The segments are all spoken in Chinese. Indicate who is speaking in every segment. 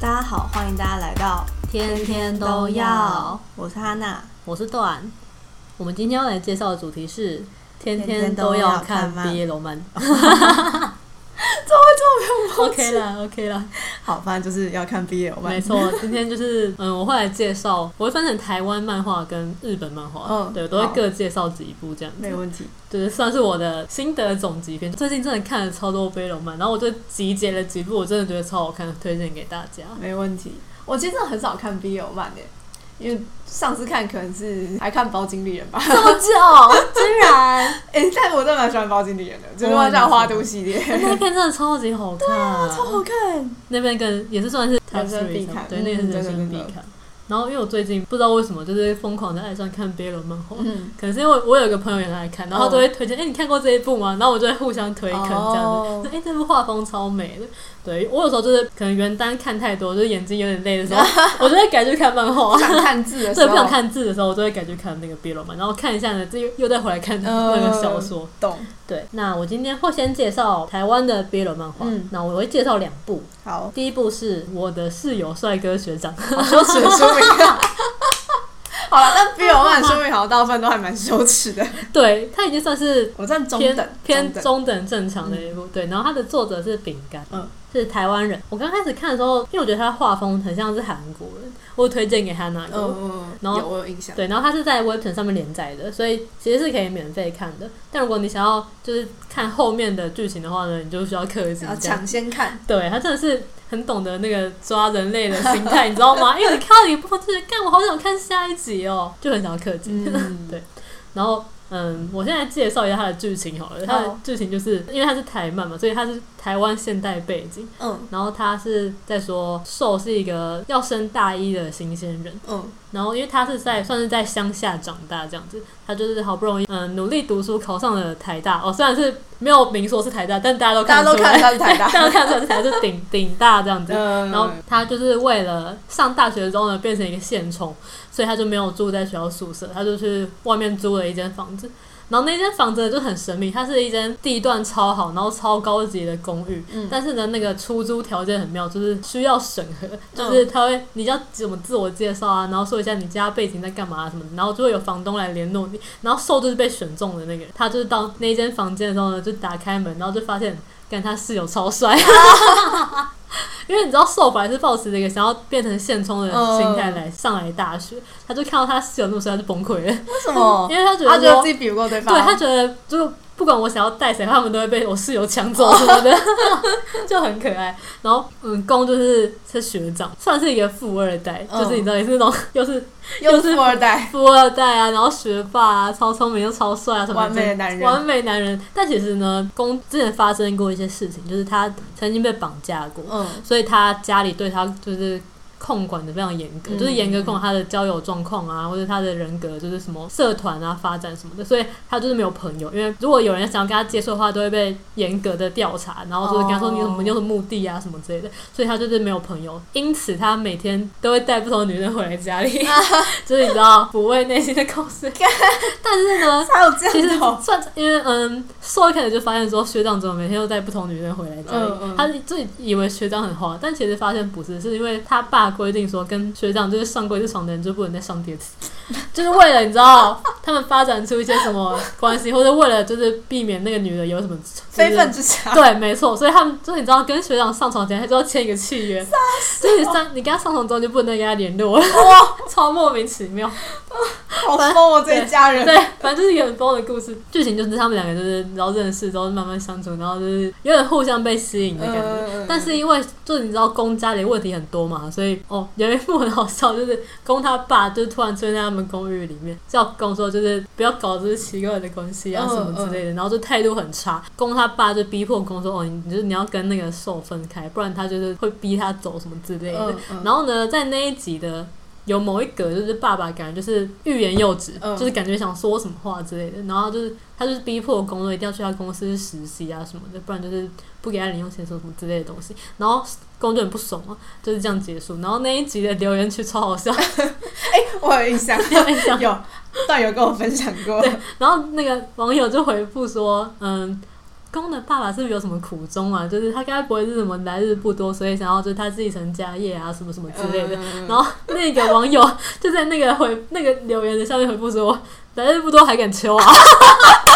Speaker 1: 大家好，欢迎大家来到
Speaker 2: 天天
Speaker 1: 都
Speaker 2: 都
Speaker 1: 要
Speaker 2: 要。
Speaker 1: 我是哈娜，
Speaker 2: 我是段，我们今天要来介绍的主题是天
Speaker 1: 天
Speaker 2: 天
Speaker 1: 都
Speaker 2: 都
Speaker 1: 要
Speaker 2: 要
Speaker 1: 看
Speaker 2: 看
Speaker 1: 漫
Speaker 2: 毕业罗曼。
Speaker 1: 怎么会这么
Speaker 2: OK 啦，OK 啦，
Speaker 1: 好，反正就是要看 BL 漫。
Speaker 2: 没错，今天就是嗯，我会来介绍，我会分成台湾漫画跟日本漫画，
Speaker 1: 嗯
Speaker 2: 对，我都会
Speaker 1: 好
Speaker 2: 各介绍几部这样
Speaker 1: 没
Speaker 2: 子，
Speaker 1: 问题。
Speaker 2: 就是算是我的心得总集篇。最近真的看了超多悲罗漫，然后我就集结了几部，我真的觉得超好看，推荐给大家。
Speaker 1: 没问题。我其实真的很少看 BL 漫诶，因为上次看可能是还看《包金丽人》吧。
Speaker 2: 这么 久，竟然，
Speaker 1: 哎、但我真的蛮喜欢《包金丽人》的，就是
Speaker 2: 哦
Speaker 1: 我很喜欢
Speaker 2: 你
Speaker 1: 花都系列，
Speaker 2: 那篇真的啊超级好看，
Speaker 1: 超哦好看。
Speaker 2: 那边跟也是算是 top
Speaker 1: 人生
Speaker 2: three
Speaker 1: 必看
Speaker 2: 对，
Speaker 1: 嗯
Speaker 2: 那个是
Speaker 1: 真
Speaker 2: 人
Speaker 1: 的
Speaker 2: 生必
Speaker 1: 真的
Speaker 2: 看。然后因为我最近不知道为什么就是疯狂的爱上看 BL 漫画，
Speaker 1: 嗯，
Speaker 2: 可能是因为我有一个朋友也很爱看，然后他都会推荐，哎、你看过这一部吗？然后我就会互相推坑这
Speaker 1: 哦
Speaker 2: 样子，哎、这部画风超美的。对我有时候就是可能原单看太多，就是眼睛有点累 的时候，我就会改去看漫画
Speaker 1: 不。想看字的时
Speaker 2: 对，
Speaker 1: 候，
Speaker 2: 不想看字的时候，我就会改去看那个 BL 漫，然后看一下呢，这又又再回来看那个小说。
Speaker 1: 呃懂。
Speaker 2: 对，那我今天会先介绍台湾的 BL 漫画，
Speaker 1: 嗯
Speaker 2: 那我会介绍两部，
Speaker 1: 好，
Speaker 2: 第一部是我的室友帅哥学长，
Speaker 1: 好羞耻的说明。 好了，但 BL 漫的说明好像大部分都还蛮羞耻的。
Speaker 2: 对他已经算是
Speaker 1: 我站中
Speaker 2: 偏
Speaker 1: 等，
Speaker 2: 偏
Speaker 1: 中等。
Speaker 2: 中等正常的一部，对。然后他的作者是饼干，
Speaker 1: 嗯，
Speaker 2: 是台湾人。我刚开始看的时候，因为我觉得他画风很像是韩国人，我推荐给他那个。
Speaker 1: 嗯，
Speaker 2: 然后
Speaker 1: 有我有印象。
Speaker 2: 对，然后它是在 Webtoon 上面连载的，所以其实是可以免费看的。但如果你想要就是看后面的剧情的话呢，你就需要氪金
Speaker 1: 要
Speaker 2: 这样
Speaker 1: 抢先看，
Speaker 2: 对他真的是很懂得那个抓人类的心态，你知道 吗？因为你看到一部分就是，干我好想看下一集哦，就很想要氪金。
Speaker 1: 嗯
Speaker 2: 对，然后嗯，我现在介绍一下它的剧情好了。它的剧情就是因为它是台漫嘛，所以它是台湾现代背景。
Speaker 1: 嗯
Speaker 2: 然后它是在说寿是一个要升大一的新鲜人，
Speaker 1: 嗯
Speaker 2: 然后因为他是在算是在乡下长大这样子，他就是好不容易嗯努力读书考上了台大哦，虽然是没有明说是台大，但大家都
Speaker 1: 大
Speaker 2: 看
Speaker 1: 家都
Speaker 2: 出来
Speaker 1: 看得出来是台大
Speaker 2: 大家都看得出来是台大是顶顶大这样子。
Speaker 1: 嗯，
Speaker 2: 然后他就是为了上大学之后呢，变成一个现充，所以他就没有住在学校宿舍，他就去外面租了一间房子。然后那间房子就很神秘，它是一间地段超好，然后超高级的公寓。
Speaker 1: 嗯
Speaker 2: 但是呢，那个出租条件很妙，就是需要审核，
Speaker 1: 嗯
Speaker 2: 就是他会你要怎么自我介绍啊，然后说一下你家背景在干嘛、啊、什么的，然后就会有房东来联络你。然后瘦就是被选中的那个人，他就是到那间房间的时候呢，就打开门，然后就发现，干他室友超帅。 因为你知道，瘦本来是抱持着一个想要变成现充的
Speaker 1: 嗯
Speaker 2: 心态来上来大学，他就看到他室友那么帅，他就崩溃了，
Speaker 1: 为什么？
Speaker 2: 因为他觉得
Speaker 1: 哦嗯他觉得
Speaker 2: 说
Speaker 1: 自己比不过对方，
Speaker 2: 对他觉得就不管我想要带谁，他们都会被我室友抢走什么的，
Speaker 1: 哦
Speaker 2: 就很可爱。然后嗯，公就是是学长，算是一个富二代，
Speaker 1: 嗯
Speaker 2: 就是你知道也是那种 又是
Speaker 1: 又是富二代，
Speaker 2: 富二代啊，然后学霸啊，超聪明又超帅啊，什么
Speaker 1: 完美的男人
Speaker 2: 完美男人。但其实呢，公之前发生过一些事情，就是他曾经被绑架过，
Speaker 1: 嗯
Speaker 2: 所以他家里对他就是控管的非常严格，
Speaker 1: 嗯
Speaker 2: 就是严格控管他的交友状况啊，或者他的人格，就是什么社团啊发展什么的，所以他就是没有朋友，因为如果有人想要跟他接触的话，都会被严格的调查，然后就是跟他说
Speaker 1: 哦
Speaker 2: 你有什么你有什么目的啊什么之类的，所以他就是没有朋友，因此他每天都会带不同的女生回 来家里，就是你知道抚慰内心的空虚，但是呢，
Speaker 1: 他有这
Speaker 2: 其实
Speaker 1: 样的哦，
Speaker 2: 算，因为嗯，瘦一开始就发现说学长怎么每天都带不同女生回来家里，
Speaker 1: 嗯嗯
Speaker 2: 他自己以为学长很花，但其实发现不是，是因为他爸规定说跟学长就是上过一次床的人就不能再上第二次，就是为了你知道他们发展出一些什么关系，或者为了就是避免那个女的有什么
Speaker 1: 非分。之想，
Speaker 2: 对，没错，所以他们就是你知道，跟学长上床前他就要签一个契约，就是你上你跟他上床之后就不能再跟他联络了， 超莫名其妙。
Speaker 1: 好疯哦，这一家人，
Speaker 2: 对，反正就是一个很疯的故事。剧情就是他们两个就是然后认识之后慢慢相处，然后就是有点互相被吸引的感觉。
Speaker 1: 嗯
Speaker 2: 但是因为就是你知道公家里问题很多嘛，所以哦有一幕很好笑，就是公他爸就突然出现在他们公寓里面，叫公说就是不要搞这些奇怪的关系啊
Speaker 1: 嗯
Speaker 2: 什么之类的，然后就态度很差。公他爸就逼迫公说哦，你就是你要跟那个受分开，不然他就是会逼他走什么之类的
Speaker 1: 嗯。嗯
Speaker 2: 然后呢，在那一集的有某一格，就是爸爸感觉就是欲言又止，
Speaker 1: 嗯
Speaker 2: 就是感觉想说什么话之类的。然后就是他就是逼迫工作一定要去他公司实习啊什么的，不然就是不给他零用钱什么什么之类的东西。然后工作很不爽嘛，就是这样结束。然后那一集的留言区超 好笑，
Speaker 1: 我有印象，
Speaker 2: 留言箱
Speaker 1: 有，段有跟我分享过，
Speaker 2: 然后那个网友就回复说，嗯。公的爸爸是不是有什么苦衷啊？就是他该不会是什么来日不多，所以想要就是他继承家业啊，什么什么之类的。
Speaker 1: 嗯
Speaker 2: 然后那个网友就在那个回那个留言的下面回复说：“来日不多，还敢求啊？”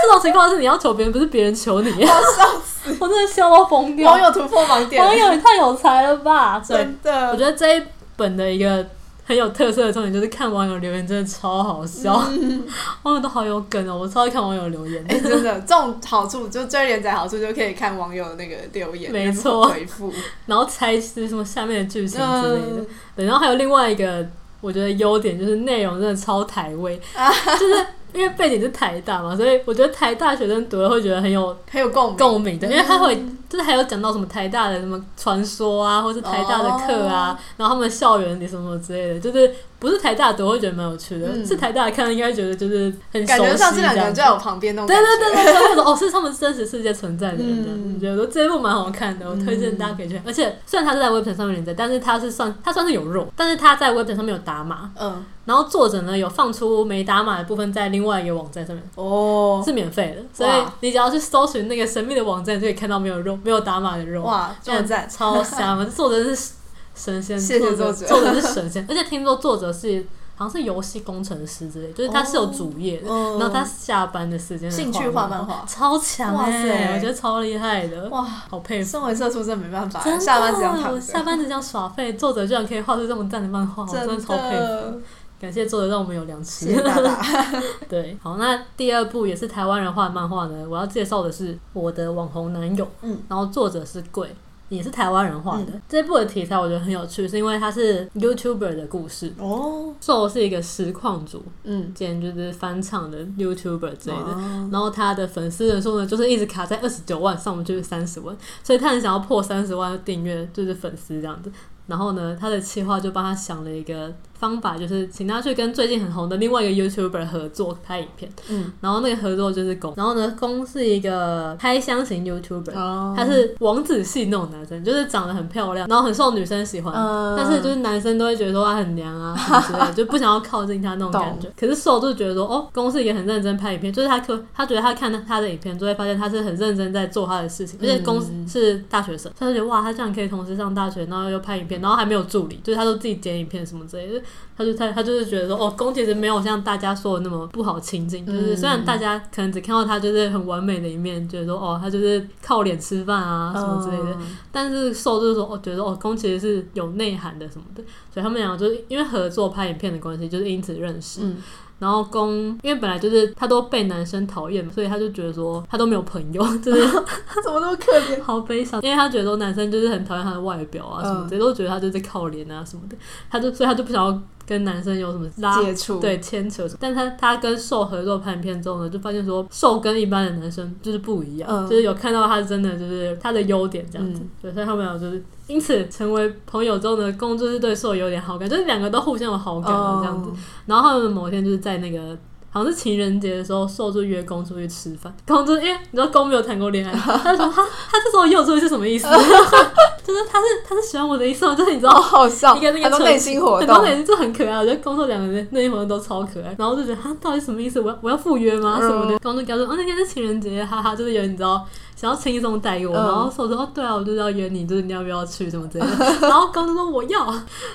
Speaker 2: 这种情况是你要求别人，不是别人求你。我真的笑到疯掉。
Speaker 1: 网友突破盲点，
Speaker 2: 啊网友也太有才了吧！对，
Speaker 1: 真的，
Speaker 2: 我觉得这一本的一个很有特色的重点就是看网友留言真的超好笑，
Speaker 1: 嗯
Speaker 2: 网友都好有梗哦，我超爱看网友留言的。
Speaker 1: 哎，真的，这种好处就追连载好处就可以看网友的那个留言，
Speaker 2: 没错
Speaker 1: 回复
Speaker 2: 然后猜是什么下面的剧情之类的
Speaker 1: 嗯。
Speaker 2: 对，然后还有另外一个我觉得优点就是内容真的超台 味，就是因为背景是台大嘛，所以我觉得台大学生读了会觉得很有
Speaker 1: 很有共鸣。
Speaker 2: 共鸣的，因为他会
Speaker 1: 嗯
Speaker 2: 就是还有讲到什么台大的什么传说啊，或是台大的课
Speaker 1: 哦
Speaker 2: 啊，然后他们校园里什么之类的，就是不是台大读会觉得蛮有趣的，
Speaker 1: 嗯
Speaker 2: 是台大看了应该觉得就是很熟
Speaker 1: 感
Speaker 2: 悉
Speaker 1: 觉上这两个人
Speaker 2: 样
Speaker 1: 就在我旁边那种
Speaker 2: 对
Speaker 1: 感觉，
Speaker 2: 对对对对，或者哦，是他们真实世界存在的人这样
Speaker 1: 嗯
Speaker 2: 子，觉得这一部蛮好看的，我推荐大家可以去看。而且虽然它是在 Webtoon 上面连载，但是它是算它算是有肉，但是它在 Webtoon 上面有打码，
Speaker 1: 嗯，
Speaker 2: 然后作者呢有放出没打码的部分在另外一个网站上面，
Speaker 1: 哦，
Speaker 2: 是免费的，所以
Speaker 1: 哇
Speaker 2: 你只要去搜寻那个神秘的网站，就可以看到没有肉、没有打码的肉。
Speaker 1: 哇，这么赞，
Speaker 2: 超香！我作者是神仙，
Speaker 1: 谢谢作
Speaker 2: 作
Speaker 1: 者
Speaker 2: 作者是神仙，而且听说作者是好像是游戏工程师之类，就是他是有主业的，
Speaker 1: 嗯
Speaker 2: 然后他下班的时间
Speaker 1: 兴趣画
Speaker 2: 画
Speaker 1: 漫画
Speaker 2: 超强
Speaker 1: 哇
Speaker 2: 哎、
Speaker 1: 塞
Speaker 2: 我觉得超厉害的，
Speaker 1: 哇，
Speaker 2: 好佩服！
Speaker 1: 身为社畜真的没办法
Speaker 2: 嗯真，的，
Speaker 1: 下班只想躺
Speaker 2: 我
Speaker 1: 着，
Speaker 2: 下班只想耍废，作者居然可以画出这么赞的漫画，我真
Speaker 1: 真
Speaker 2: 的超佩服！
Speaker 1: 的，
Speaker 2: 感谢作者让我们有粮
Speaker 1: 谢谢
Speaker 2: 吃。
Speaker 1: 大大，
Speaker 2: 对，好，那第二部也是台湾人画的漫画呢，我要介绍的是《我的网红男友》，
Speaker 1: 嗯，
Speaker 2: 然后作者是贵，也是台湾人画的。这部的题材我觉得很有趣，是因为它是 YouTuber 的故事。
Speaker 1: 哦，
Speaker 2: 受是一个实况主，
Speaker 1: 嗯，
Speaker 2: 兼就是翻唱的 YouTuber 之类的，
Speaker 1: 哦
Speaker 2: 然后他的粉丝人数呢，就是一直卡在二十九万，上不去三十万，所以他很想要破三十万的订阅，就是粉丝这样子。然后呢，他的企划就帮他想了一个方法，就是请他去跟最近很红的另外一个 YouTuber 合作拍影片。
Speaker 1: 嗯，
Speaker 2: 然后那个合作就是公，然后呢，公是一个开箱型 YouTuber，、
Speaker 1: 哦
Speaker 2: 他是王子系那种男生，就是长得很漂亮，然后很受女生喜欢，
Speaker 1: 嗯
Speaker 2: 但是就是男生都会觉得说他很娘啊什么之类 的，就不想要靠近他那种感觉。可是瘦就觉得说，哦，公是一个很认真拍影片，就是他可他觉得他看他的影片就会发现他是很认真在做他的事情，而且公
Speaker 1: 嗯
Speaker 2: 是大学生，他就觉得哇，他这样可以同时上大学，然后又拍影片，然后还没有助理，就是他都自己剪影片什么之类的，他就他他就是觉得说，哦，公其实没有像大家说的那么不好亲近，就是
Speaker 1: 嗯
Speaker 2: 虽然大家可能只看到他就是很完美的一面，觉得说哦，他就是靠脸吃饭啊
Speaker 1: 嗯
Speaker 2: 什么之类的，但是受就是说哦，觉得哦，公其实是有内涵的什么的，所以他们两个就是因为合作拍影片的关系，就是因此认识。
Speaker 1: 嗯
Speaker 2: 然后公因为本来就是他都被男生讨厌嘛，所以他就觉得说他都没有朋友， 就是
Speaker 1: 他怎么那么可怜？
Speaker 2: 好悲伤，因为他觉得说男生就是很讨厌他的外表啊什么
Speaker 1: 嗯
Speaker 2: 的，都觉得他就是靠脸啊什么的，他就所以他就不想要跟男生有什么拉
Speaker 1: 接触
Speaker 2: 对牵扯什么。但他他跟瘦合作拍影片之后呢，就发现说瘦跟一般的男生就是不一样，
Speaker 1: 嗯
Speaker 2: 就是有看到他真的就是他的优点这样子
Speaker 1: 嗯，
Speaker 2: 对，所以他们俩就是因此成为朋友之后呢，公就是对瘦有点好感，就是两个都互相有好感啊、这样
Speaker 1: 哦
Speaker 2: 子。然后他们某天就是在那个好像是情人节的时候，受就约公出去吃饭。公就因为你知道公没有谈过 恋爱，他就说他他这时候约我出去是什么意思？ 就是他是他是喜欢我的意思吗？就是你知
Speaker 1: 哦好
Speaker 2: 道。
Speaker 1: 好笑，
Speaker 2: 一个那个
Speaker 1: 很多
Speaker 2: 侧
Speaker 1: 内心活
Speaker 2: 很
Speaker 1: 动
Speaker 2: 多，人就很可爱，我觉得工作两个人那一活动都超可爱，然后就觉得他到底什么意思？我要我要赴约吗？
Speaker 1: 嗯
Speaker 2: 什么的，公就跟他说，哦，那天是情人节，哈哈，就是有你知道想要轻松带给我，
Speaker 1: 嗯
Speaker 2: 然后说说哦，对啊，我就是要约你，就是你要不要去什么之类的，然后公就说我要，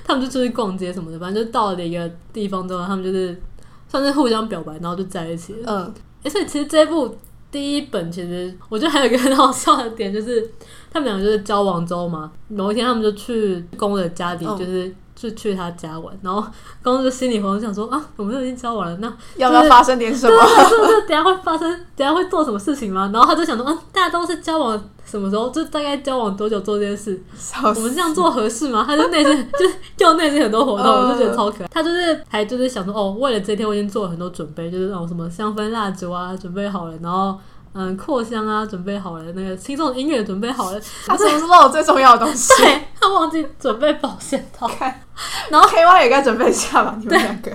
Speaker 2: 他们就出去逛街什么的，反正就到了一个地方之后，他们就是算是互相表白，然后就在一起了。
Speaker 1: 嗯，
Speaker 2: 而且其实这一部第一本，其实我觉得还有一个很好笑的点，就是他们两个就是交往之后嘛， 某一天他们就去公的家里，
Speaker 1: 嗯
Speaker 2: 就是就去他家玩，然后公就心里活动想说啊，我们都已经交往了，那
Speaker 1: 要不要发生点什么？
Speaker 2: 是不是等一下会发生，等一下会做什么事情吗？然后他就想说，嗯、大家都是交往什么时候，就大概交往多久做这件事，
Speaker 1: 笑
Speaker 2: 我
Speaker 1: 死，
Speaker 2: 们这样做合适吗？他 就内心就是又内心很多活动，
Speaker 1: 嗯
Speaker 2: 我就觉得超可爱。他就是还就是想说，哦，为了这天我已经做了很多准备，就是那种什么香氛蜡烛啊，准备好了，然后嗯扩香啊，准备好了，那个轻松的音乐准备好了，
Speaker 1: 他是不是忘了最重要的东西？
Speaker 2: 对他忘记准备保险套，
Speaker 1: 看
Speaker 2: 然后
Speaker 1: K Y 也该准备一下吧，你们两个。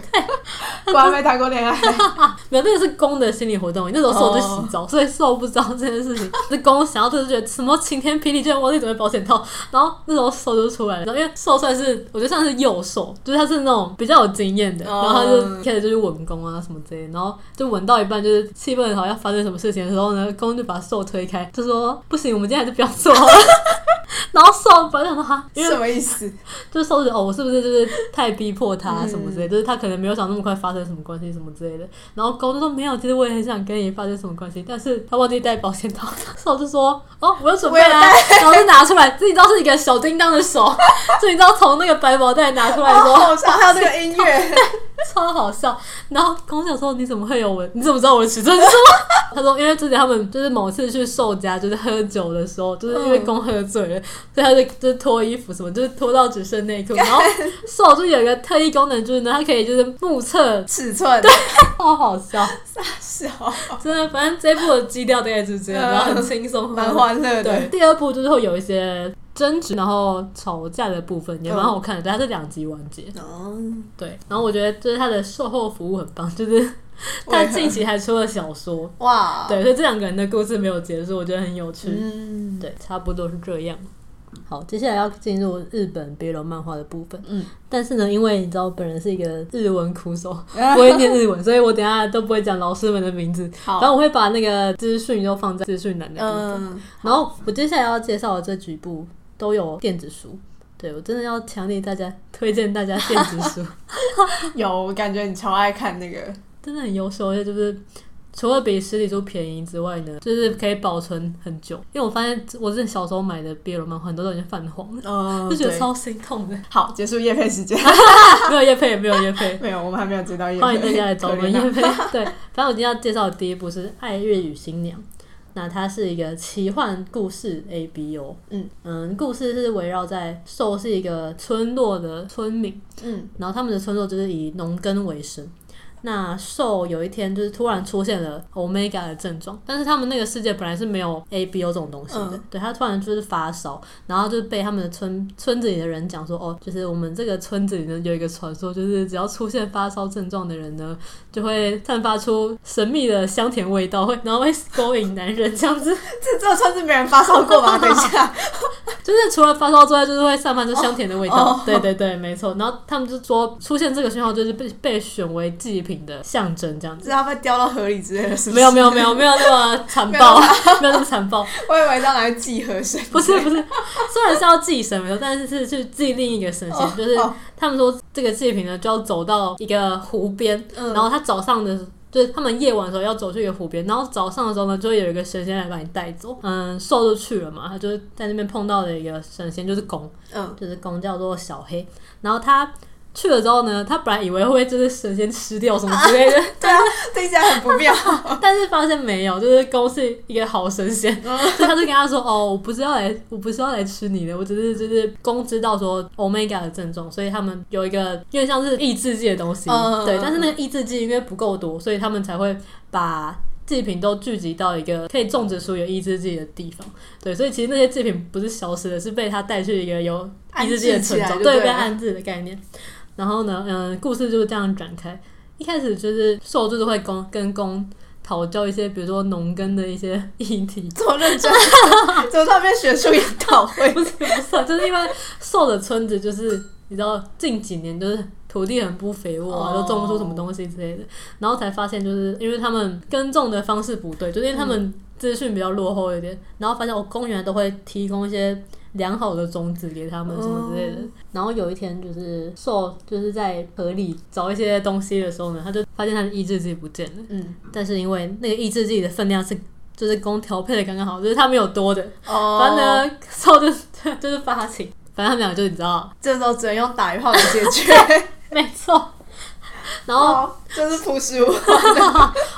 Speaker 1: 果然没谈过恋爱。
Speaker 2: 没有，那个是公的心理活动。那时候瘦就洗澡所以瘦不知道这件事情。是公想要就是觉得什么晴天霹雳，居然忘记准备保险套。然后那时候瘦就出来了，然后因为瘦算是我觉得算是幼瘦，就是他是那种比较有经验的，然
Speaker 1: 哦
Speaker 2: 后他就开始就是闻工啊什么之类的，然后就闻到一半就是气氛好像发生什么事情的时候呢，公就把瘦推开，就说不行，我们今天还是不要做好了。 然后瘦本来想说哈，因为
Speaker 1: 什么意思？
Speaker 2: 就搜着哦，我是不是就是太逼迫他啊什么之类，就是他可能没有想那么快发生什么关系什么之类的。然后高就说没有，其实我也很想跟你发生什么关系，但是他忘记带保险套，所以我就说哦，我有准备啦、然后就拿出来，自己知道是一个小叮当的手，自己知道从那个百宝袋拿出来说，
Speaker 1: 好哦像还有那个音乐，
Speaker 2: 超好笑。然后公想说：“你怎么会有我？你怎么知道我的尺寸是什么？” 他说：“因为之前他们就是某次去寿家，就是喝酒的时候，就是因为公喝醉
Speaker 1: 嗯
Speaker 2: 了，所以他就就是脱衣服什么，就是脱到只剩内 裤。然后寿就有一个特异功能，就是呢，它可以就是目测，
Speaker 1: 尺寸，对，
Speaker 2: 超好笑。
Speaker 1: 是哦，
Speaker 2: 真的，反正这一部的基调大概就是这样，
Speaker 1: 嗯
Speaker 2: 然后很轻 松，
Speaker 1: 蛮欢乐
Speaker 2: 对，
Speaker 1: 的。
Speaker 2: 第二部就是会有一些争执，然后吵架的部分也蛮好看的，但它是两集完结。
Speaker 1: 哦，
Speaker 2: 对，然后我觉得就是他的售后服务很棒， 就是他近期还出了小说，
Speaker 1: 哇，，
Speaker 2: 对，所以这两个人的故事没有结束，我觉得很有趣。
Speaker 1: 嗯，
Speaker 2: 对，差不多是这样。好，接下来要进入日本 BL 漫画的部分。
Speaker 1: 嗯，
Speaker 2: 但是呢，因为你知道本人是一个日文苦 手，不会念日文，所以我等一下都不会讲老师们的名字。
Speaker 1: 好
Speaker 2: 反正我会把那个资讯都放在资讯栏的部分。
Speaker 1: 嗯，
Speaker 2: 然后我接下来要介绍的这几部都有电子书，对我真的要强烈大家推荐大家电子 书。
Speaker 1: 有，我感觉你超爱看那个，
Speaker 2: 真的很优秀，而且就是除了比实体书便宜之外呢，就是可以保存很久。因为我发现我之前小时候买的 BL 漫画很多都已经泛黄了，
Speaker 1: 嗯
Speaker 2: 就觉得
Speaker 1: 对
Speaker 2: 超心痛的。
Speaker 1: 好。结束夜配时间，
Speaker 2: 没有叶配，也没有叶配，
Speaker 1: 没有，我们还没有接到夜配，
Speaker 2: 欢迎大家来找我们
Speaker 1: 可
Speaker 2: 叶
Speaker 1: 怜啊
Speaker 2: 配。对，反正我今天要介绍的第一部是《爱月与新娘》。那它是一个奇幻故事 A B O，
Speaker 1: 嗯
Speaker 2: 嗯，故事是围绕在寿是一个村落的村民，
Speaker 1: 嗯
Speaker 2: 然后他们的村落就是以农耕为生。那兽有一天就是突然出现了 omega 的症状，但是他们那个世界本来是没有 ABO 这种东西的，
Speaker 1: 嗯
Speaker 2: 对他突然就是发烧，然后就被他们的村村子里的人讲说，哦，就是我们这个村子里呢有一个传说，就是只要出现发烧症状的人呢，就会散发出神秘的香甜味道，会然后会勾引男人这样子，
Speaker 1: 这这算是没人发烧过 吧？等一下，
Speaker 2: 就是除了发烧之外，就是会散发出香甜的味道。
Speaker 1: 哦哦
Speaker 2: 对对对，没错。然后他们就说出现这个讯号，就是被被选为祭品的象征，这样
Speaker 1: 是
Speaker 2: 子。
Speaker 1: 他被丢到河里之类的，是不是？
Speaker 2: 没有没有没有没有那么残暴， 没有那么残暴。
Speaker 1: 我以为到来寄河神，
Speaker 2: 不是不是，虽然是要祭神没错，但是是去祭另一个神仙，
Speaker 1: 哦
Speaker 2: 就是
Speaker 1: 哦
Speaker 2: 他们说这个祭品呢就要走到一个湖边，
Speaker 1: 嗯
Speaker 2: 然后他早上的。就是他们夜晚的时候要走去一个湖边，然后早上的时候呢，就会有一个神仙来把你带走。嗯，兽就去了嘛，他就在那边碰到了一个神仙，就是公。
Speaker 1: 嗯，
Speaker 2: 就是公叫做小黑，然后他去了之后呢，他本来以为会就是神仙吃掉什么之 类的，
Speaker 1: 对啊，听起来很不 妙，
Speaker 2: 但是发现没有，就是公是一个好神仙，
Speaker 1: 嗯
Speaker 2: 所以他就跟他说：“哦，我不是要来，我不是要来吃你的，我只是就是公知道说 omega 的症状，所以他们有一个有点像是抑制剂的东西，
Speaker 1: 嗯
Speaker 2: 对，但是那个抑制剂因为不够多，所以他们才会把。”祭品都聚集到一个可以种植出有抑制剂的地方，对，所以其实那些祭品不是消失的，是被他带去一个有抑制剂的存
Speaker 1: 安置起来
Speaker 2: 在，
Speaker 1: 就对了。
Speaker 2: 被暗制的概念。然后呢，嗯、故事就是这样展开。一开始就是兽就是会公跟公讨教一些，比如说农耕的一些议题
Speaker 1: 这么认真，怎么突然变学术研讨会？
Speaker 2: 不是不是， 就是因为兽的村子就是你知道近几年就是土地很不肥沃啊，
Speaker 1: 哦
Speaker 2: 都种不出什么东西之类的，然后才发现就是因为他们耕种的方式不对，就是因为他
Speaker 1: 嗯
Speaker 2: 们资讯比较落后一点，然后发现我公园都会提供一些良好的种子给他们什么之类的。
Speaker 1: 哦
Speaker 2: 然后有一天就是兽就是在河里找一些东西的时候呢，他就发现他的抑制剂不见了，
Speaker 1: 嗯，
Speaker 2: 但是因为那个抑制剂的分量是。就是公调配的刚刚好，就是他没有多的，
Speaker 1: 哦
Speaker 2: 反正呢，兽就 就是发情，反正他们两个就你知道，
Speaker 1: 这时候只能用打一炮来解 决，
Speaker 2: 没错。然后
Speaker 1: 哦，这是朴实无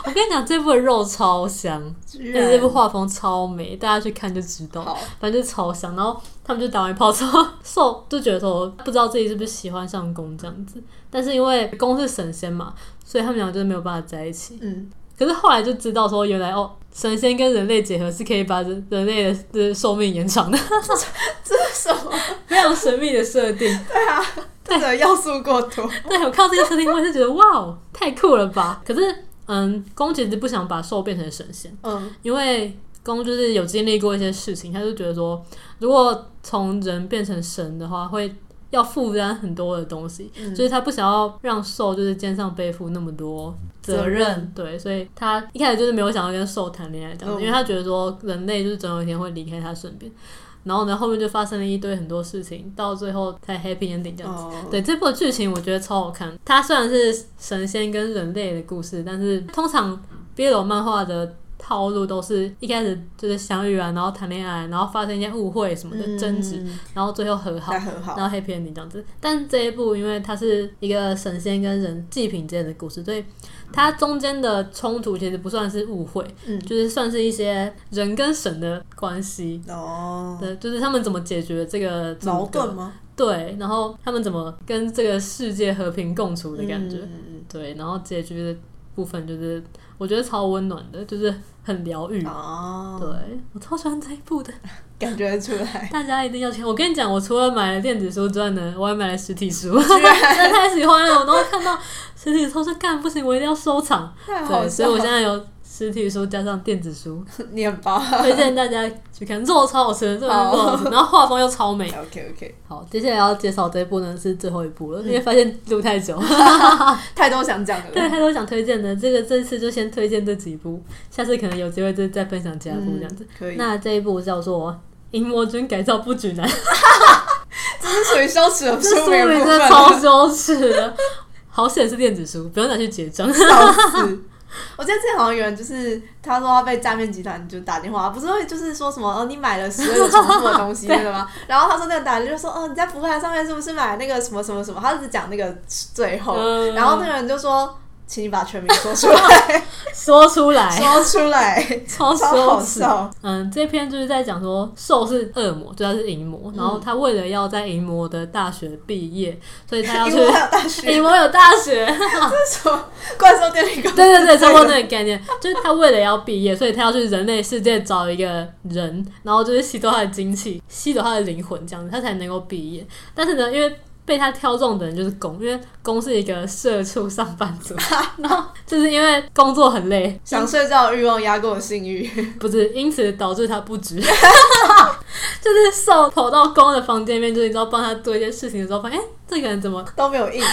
Speaker 2: 我跟你讲，这部的肉超香，而且这部画风超美，大家去看就知道。
Speaker 1: 好，
Speaker 2: 反正就超香，然后他们就打完炮之后， 兽就觉得说不知道自己是不是喜欢上公这样子，但是因为公是神仙嘛，所以他们俩就是没有办法在一起。
Speaker 1: 嗯，
Speaker 2: 可是后来就知道说，原来哦，神仙跟人类结合是可以把人人类的 的寿命延长的，
Speaker 1: 这是什么？
Speaker 2: 非常神秘的设定。
Speaker 1: 对啊，的要素过多。
Speaker 2: 对我看到这个设定，我也是觉得哇哦，太酷了吧！可是，嗯，公其实不想把兽变成神仙，
Speaker 1: 嗯，
Speaker 2: 因为公就是有经历过一些事情，他就觉得说，如果从人变成神的话，会要负担很多的东西，
Speaker 1: 嗯
Speaker 2: 所以他不想要让兽就是肩上背负那么多责任。
Speaker 1: 责任
Speaker 2: 对，所以他一开始就是没有想要跟兽谈恋爱这样
Speaker 1: 嗯
Speaker 2: 子，因为他觉得说人类就是总有一天会离开他身边。然后呢，后面就发生了一堆很多事情，到最后才 happy ending 这样子。
Speaker 1: 哦，
Speaker 2: 对这部的剧情，我觉得超好看。它虽然是神仙跟人类的故事，但是通常 BL 漫画的套路都是一开始就是相遇啊，然后谈恋爱，然后发生一些误会什么的
Speaker 1: 嗯
Speaker 2: 争执，，然后最后和好
Speaker 1: 那。很好。
Speaker 2: 然后 happy ending 这样子，但这一部因为它是一个神仙跟人祭品之间的故事，所以它中间的冲突其实不算是误会，
Speaker 1: 嗯，
Speaker 2: 就是算是一些人跟神的关系，
Speaker 1: 哦，
Speaker 2: 嗯对，就是他们怎么解决这个阻
Speaker 1: 矛
Speaker 2: 隔
Speaker 1: 盾吗？
Speaker 2: 对，然后他们怎么跟这个世界和平共处的感觉，
Speaker 1: 嗯
Speaker 2: 对，然后结局的部分就是我觉得超温暖的，就是很疗愈。
Speaker 1: 哦，
Speaker 2: 对我超喜欢这一部的，
Speaker 1: 感觉得出来。
Speaker 2: 大家一定要去。我跟你讲，我除了买了电子书之外呢，我还买了实体书，真的
Speaker 1: 啊
Speaker 2: 太喜欢了。我都会看到实体书说干不行，我一定要收藏。
Speaker 1: 太好
Speaker 2: 对，所以我
Speaker 1: 笑
Speaker 2: 现
Speaker 1: 了
Speaker 2: 在有实体书加上电子书，
Speaker 1: 你很棒。
Speaker 2: 推荐大家去看，肉超好吃的，这个肉好吃，然后画风又超美。
Speaker 1: OK OK，
Speaker 2: 好，接下来要介绍这一部呢是最后一部了，因为发现录太久，
Speaker 1: 太多想讲的
Speaker 2: 对，
Speaker 1: 了。
Speaker 2: 太多想推荐的，这个这次就先推荐这几部，下次可能有机会就再分享其他部这样子。
Speaker 1: 嗯可以，
Speaker 2: 那这一部叫做《淫魔君改造不举男》，
Speaker 1: 这是属于羞耻的
Speaker 2: 这
Speaker 1: 书
Speaker 2: 书
Speaker 1: 名
Speaker 2: 名
Speaker 1: 部
Speaker 2: 真的
Speaker 1: 分，啊
Speaker 2: 超羞耻的，好险是电子书，不用拿去结账。
Speaker 1: 笑死。 我记得之前好像有人就是他说他被诈骗集团就打电话，不是会就是说什么哦你买了十二个重复的东 西那个吗？然后他说那个打人就说哦你在福牌上面是不是买那个什么什么什么？他只讲那个最后，
Speaker 2: 嗯
Speaker 1: 然后那个人就说请你把全名说出来，
Speaker 2: 说出来，
Speaker 1: 说出来，
Speaker 2: 超
Speaker 1: 超好
Speaker 2: 羞耻。
Speaker 1: 笑。
Speaker 2: 嗯，这篇就是在讲说兽是恶魔，就他是淫魔，然后
Speaker 1: 嗯
Speaker 2: 他为了要在淫魔的大学毕业，所以他要
Speaker 1: 因
Speaker 2: 去
Speaker 1: 为还有大学
Speaker 2: 淫魔有大学。
Speaker 1: 什么怪兽电 力公司，
Speaker 2: 对对对，差不多那个概念，就是他为了要毕业，所以他要去人类世界找一个人，然后就是吸走他的精气，吸走他的灵魂，这样子他才能够毕业。但是呢，因为被他挑中的人就是公，因为公是一个社畜上班族，然后就是因为工作很累，
Speaker 1: 想睡觉的欲望压过我性欲，
Speaker 2: 不是，因此导致他不值， 就是受跑到公的房间里面，就是你知道帮他做一些事情的时候，发现哎、这个人怎么
Speaker 1: 都没有硬、啊。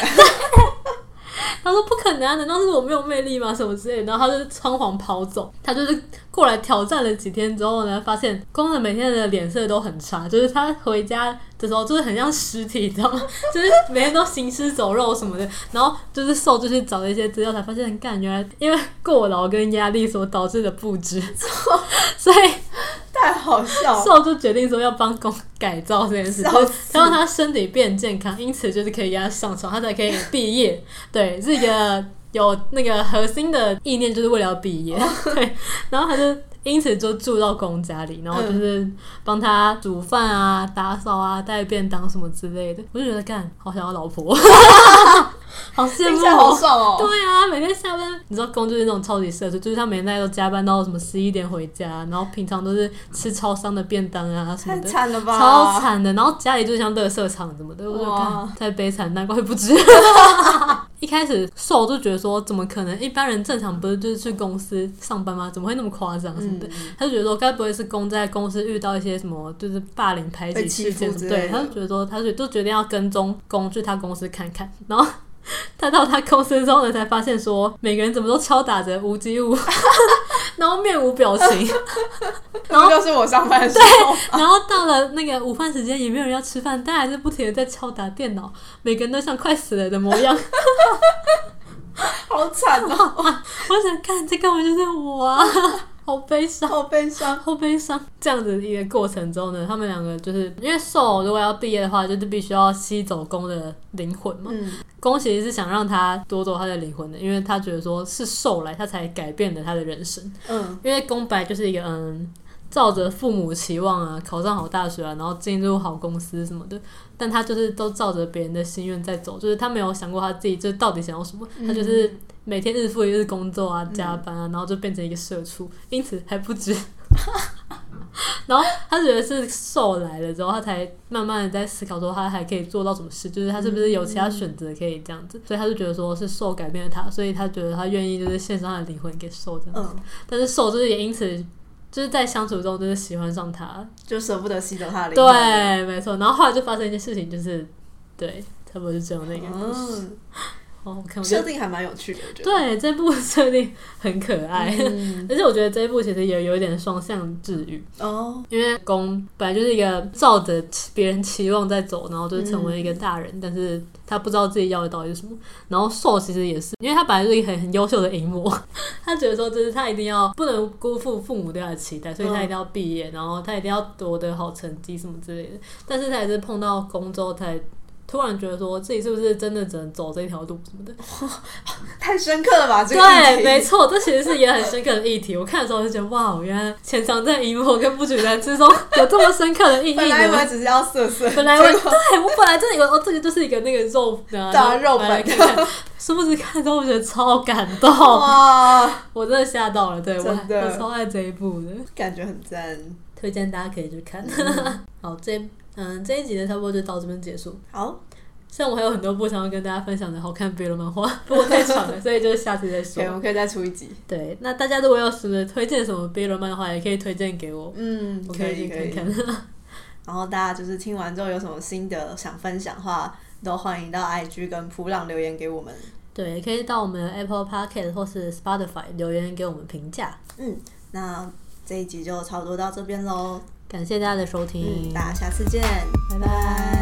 Speaker 2: 他说不可能啊，难道是我没有魅力吗？什么之类的，然后他就仓皇跑走。他就是过来挑战了几天之后呢，发现公的每天的脸色都很差，就是他回家的时候就是很像尸体，你知道吗？就是每天都行尸走肉什么的。然后就是兽就去找了一些资料，才发现干原来因为过劳跟压力所导致的不知， 所以
Speaker 1: 太好笑 了，
Speaker 2: 兽就决定说要帮公改造这件事，
Speaker 1: 笑
Speaker 2: 就是
Speaker 1: 死
Speaker 2: 要让他身体变健康，因此就是可以让他上床，他才可以毕业。对，是一个有那个核心的意念，就是为了要毕业。
Speaker 1: 哦
Speaker 2: 对，然后他就。因此就住到公家里，然后
Speaker 1: 嗯
Speaker 2: 就是帮他煮饭啊、打扫啊、带便当什么之类的。我就觉得干，好想要老 婆，好羡
Speaker 1: 听
Speaker 2: 慕
Speaker 1: 起来
Speaker 2: 哦，
Speaker 1: 好爽哦！
Speaker 2: 对啊，每天下班，你知道公就是那种超级社畜，就是他每天大概都加班到什么十一点回家，然后平常都是吃超商的便当啊什
Speaker 1: 太
Speaker 2: 么的。
Speaker 1: 惨了吧，
Speaker 2: 超惨的，然后家里就像垃圾场什么的，我就
Speaker 1: 哇
Speaker 2: 看太悲惨，难怪不值。 一开始瘦就觉得说，怎么可能？一般人正常不是就是去公司上班吗？怎么会那么夸张什么的？
Speaker 1: 嗯
Speaker 2: 他就觉得说，该不会是公在公司遇到一些什么就是霸凌排挤事件什
Speaker 1: 被欺负之类
Speaker 2: 么？对，
Speaker 1: 的
Speaker 2: 他就觉得说，他就就决定要跟踪公去他公司看看，然后。 他到他公司之后呢，才发现说每个人怎么都敲打着无机物， 然后面无表情，然
Speaker 1: 然
Speaker 2: 后
Speaker 1: 后就是我上班的时候，
Speaker 2: 然后到了那个午饭时间也没有人要吃饭，但还是不停的在敲打电脑，每个人都像快死了的模样。
Speaker 1: 好惨哦，
Speaker 2: 我想看这根本就是我啊，好悲伤。
Speaker 1: 好悲伤。
Speaker 2: 好悲伤。这样子一个过程中呢，他们两个就是因为兽如果要毕业的话，就是必须要吸走公的灵魂嘛。
Speaker 1: 嗯，
Speaker 2: 公其实是想让他夺走他的灵魂的，因为他觉得说是兽来，他才改变了他的人生。
Speaker 1: 嗯，
Speaker 2: 因为公白就是一个嗯，照着父母期望啊，考上好大学啊，然后进入好公司什么的，但他就是都照着别人的心愿在走，就是他没有想过他自己就到底想要什么，他就是每天日复一日工作啊，加班啊，然后就变成一个社畜，因此还不值。 然后他觉得是受来了之后，他才慢慢的在思考说他还可以做到什么事，就是他是不是有其他选择可以这样子，所以他就觉得说是受改变了他，所以他觉得他愿意就是献上他的灵魂给受这样子。
Speaker 1: 嗯，
Speaker 2: 但是受就是也因此就是在相处中就是喜欢上他，
Speaker 1: 就舍不得吸走他的灵魂。
Speaker 2: 对，没错。然后后来就发生一件事情，就是对，差不多就这样那个故事。
Speaker 1: 嗯，
Speaker 2: 哦，我看我觉
Speaker 1: 设
Speaker 2: 得
Speaker 1: 定还蛮有趣的，我觉得。
Speaker 2: 对这部设定很可爱，
Speaker 1: 嗯
Speaker 2: 而且我觉得这一部其实也有一点双向治愈，
Speaker 1: 哦，
Speaker 2: 因为宫本来就是一个照着别人期望在走，然后就成为一个大人，但是他不知道自己要的到底是什么。然后受其实也是，因为他本来就是一个很很优秀的淫魔， 他觉得说就是他一定要不能辜负父母对他的期待，所以他一定要毕业，然后他一定要夺得好成绩什么之类的。但是他也是碰到宫之后才。突然觉得说自己是不是真的只能走这条路什么的，
Speaker 1: 太深刻了吧？这个议
Speaker 2: 对，
Speaker 1: 题
Speaker 2: 没错，这其实是也很深刻的议题。我看的时候就觉得，哇，原来潜藏在荧幕跟不举男之中 有这么深刻的意义
Speaker 1: 本来以为
Speaker 2: 呢。
Speaker 1: 只是要色色，
Speaker 2: 本来我
Speaker 1: 结果
Speaker 2: 对我本来真的以为哦，这个就是一个那个肉 的、
Speaker 1: 对啊
Speaker 2: 然后
Speaker 1: 肉
Speaker 2: 买来
Speaker 1: 本
Speaker 2: 看看，殊不知看之后我觉得超感
Speaker 1: 哦
Speaker 2: 动，
Speaker 1: 哇，
Speaker 2: 我真的吓到了。对我
Speaker 1: 真的
Speaker 2: 我超爱这一部的，
Speaker 1: 感觉很赞。
Speaker 2: 推荐大家可以去看。 好，这嗯这一集的差不多就到这边结束。
Speaker 1: 好，
Speaker 2: 虽然我还有很多部想要跟大家分享的好看别的漫画，不过太长了，所以就是下次再说
Speaker 1: 对，。我们可以再出一集。
Speaker 2: 对，那大家如果有什么推荐什么 B 轮漫的话，也可以推荐给我，
Speaker 1: 嗯，
Speaker 2: 我
Speaker 1: 可
Speaker 2: 可以
Speaker 1: 以可
Speaker 2: 去
Speaker 1: 以。
Speaker 2: 看看。
Speaker 1: 然后大家就是听完之后有什么心得想分享的话，都欢迎到 IG 跟普朗留言给我们。
Speaker 2: 对，也可以到我们的 Apple Podcast 或是 Spotify 留言给我们评价。
Speaker 1: 嗯，那这一集就差不多到这边喽。
Speaker 2: 感谢大家的收听，
Speaker 1: 嗯嗯，大家下次见，
Speaker 2: 拜
Speaker 1: 拜
Speaker 2: 拜。